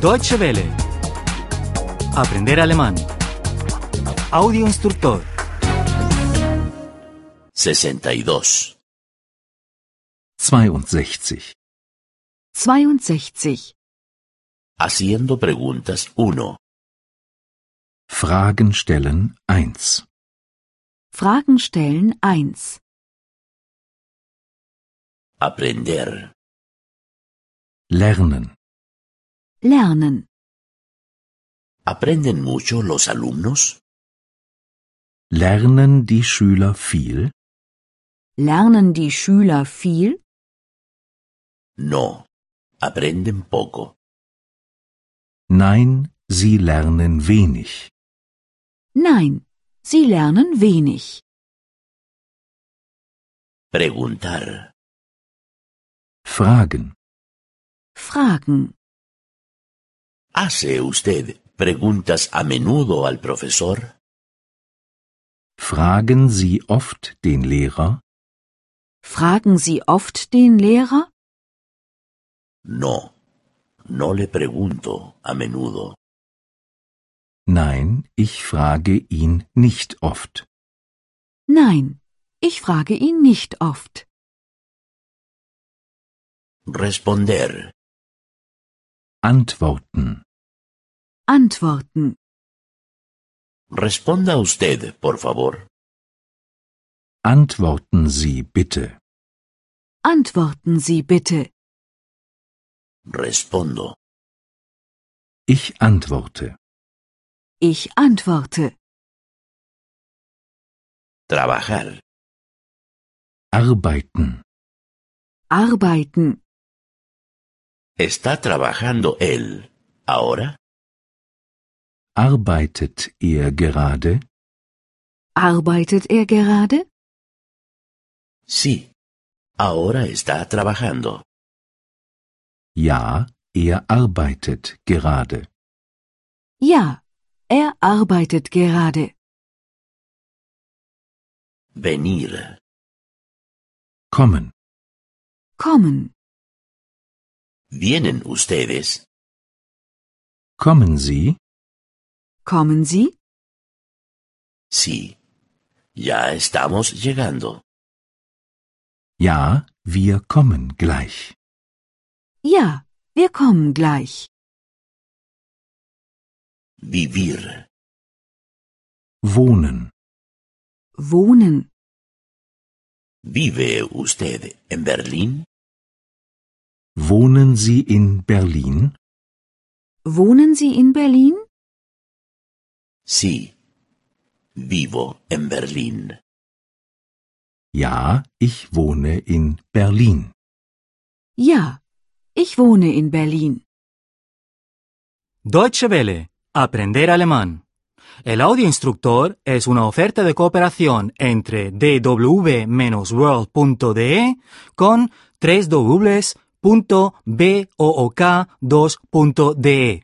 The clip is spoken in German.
Deutsche Welle. Aprender alemán. Audio instructor. 62. 62. 62. Haciendo preguntas 1. Fragen stellen 1. Fragen stellen 1. Aprender. Lernen. Lernen. ¿Aprenden mucho los alumnos? Lernen die Schüler viel? Lernen die Schüler viel? No. Aprenden poco. Nein, sie lernen wenig. Nein, sie lernen wenig. Preguntar. Fragen. Fragen. ¿Hace usted preguntas a menudo al profesor? Fragen Sie oft den Lehrer? Fragen Sie oft den Lehrer? No. No le pregunto a menudo. Nein, ich frage ihn nicht oft. Nein, ich frage ihn nicht oft. Responder. Antworten. Antworten. Responda usted, por favor. Antworten Sie bitte. Antworten Sie bitte. Respondo. Ich antworte. Ich antworte. Trabajar. Arbeiten. Arbeiten. ¿Está trabajando él ahora? Arbeitet er gerade? Arbeitet er gerade? Sí. Ahora está trabajando. Ja, er arbeitet gerade. Ja, er arbeitet gerade. Venir. Kommen. Kommen. ¿Vienen ustedes? Kommen Sie? Kommen Sie? Sí. Ya estamos llegando. Ja, wir kommen gleich. Ja, wir kommen gleich. Vivir. Wohnen. Wohnen. ¿Vive usted en Berlín? Wohnen Sie in Berlin? Wohnen Sie in Berlin? Sí. Vivo en Berlín. Ja, ich wohne in Berlin. Ja, ich wohne in Berlin. Deutsche Welle. Aprender alemán. El audio instructor es una oferta de cooperación entre dw-world.de con 3 2de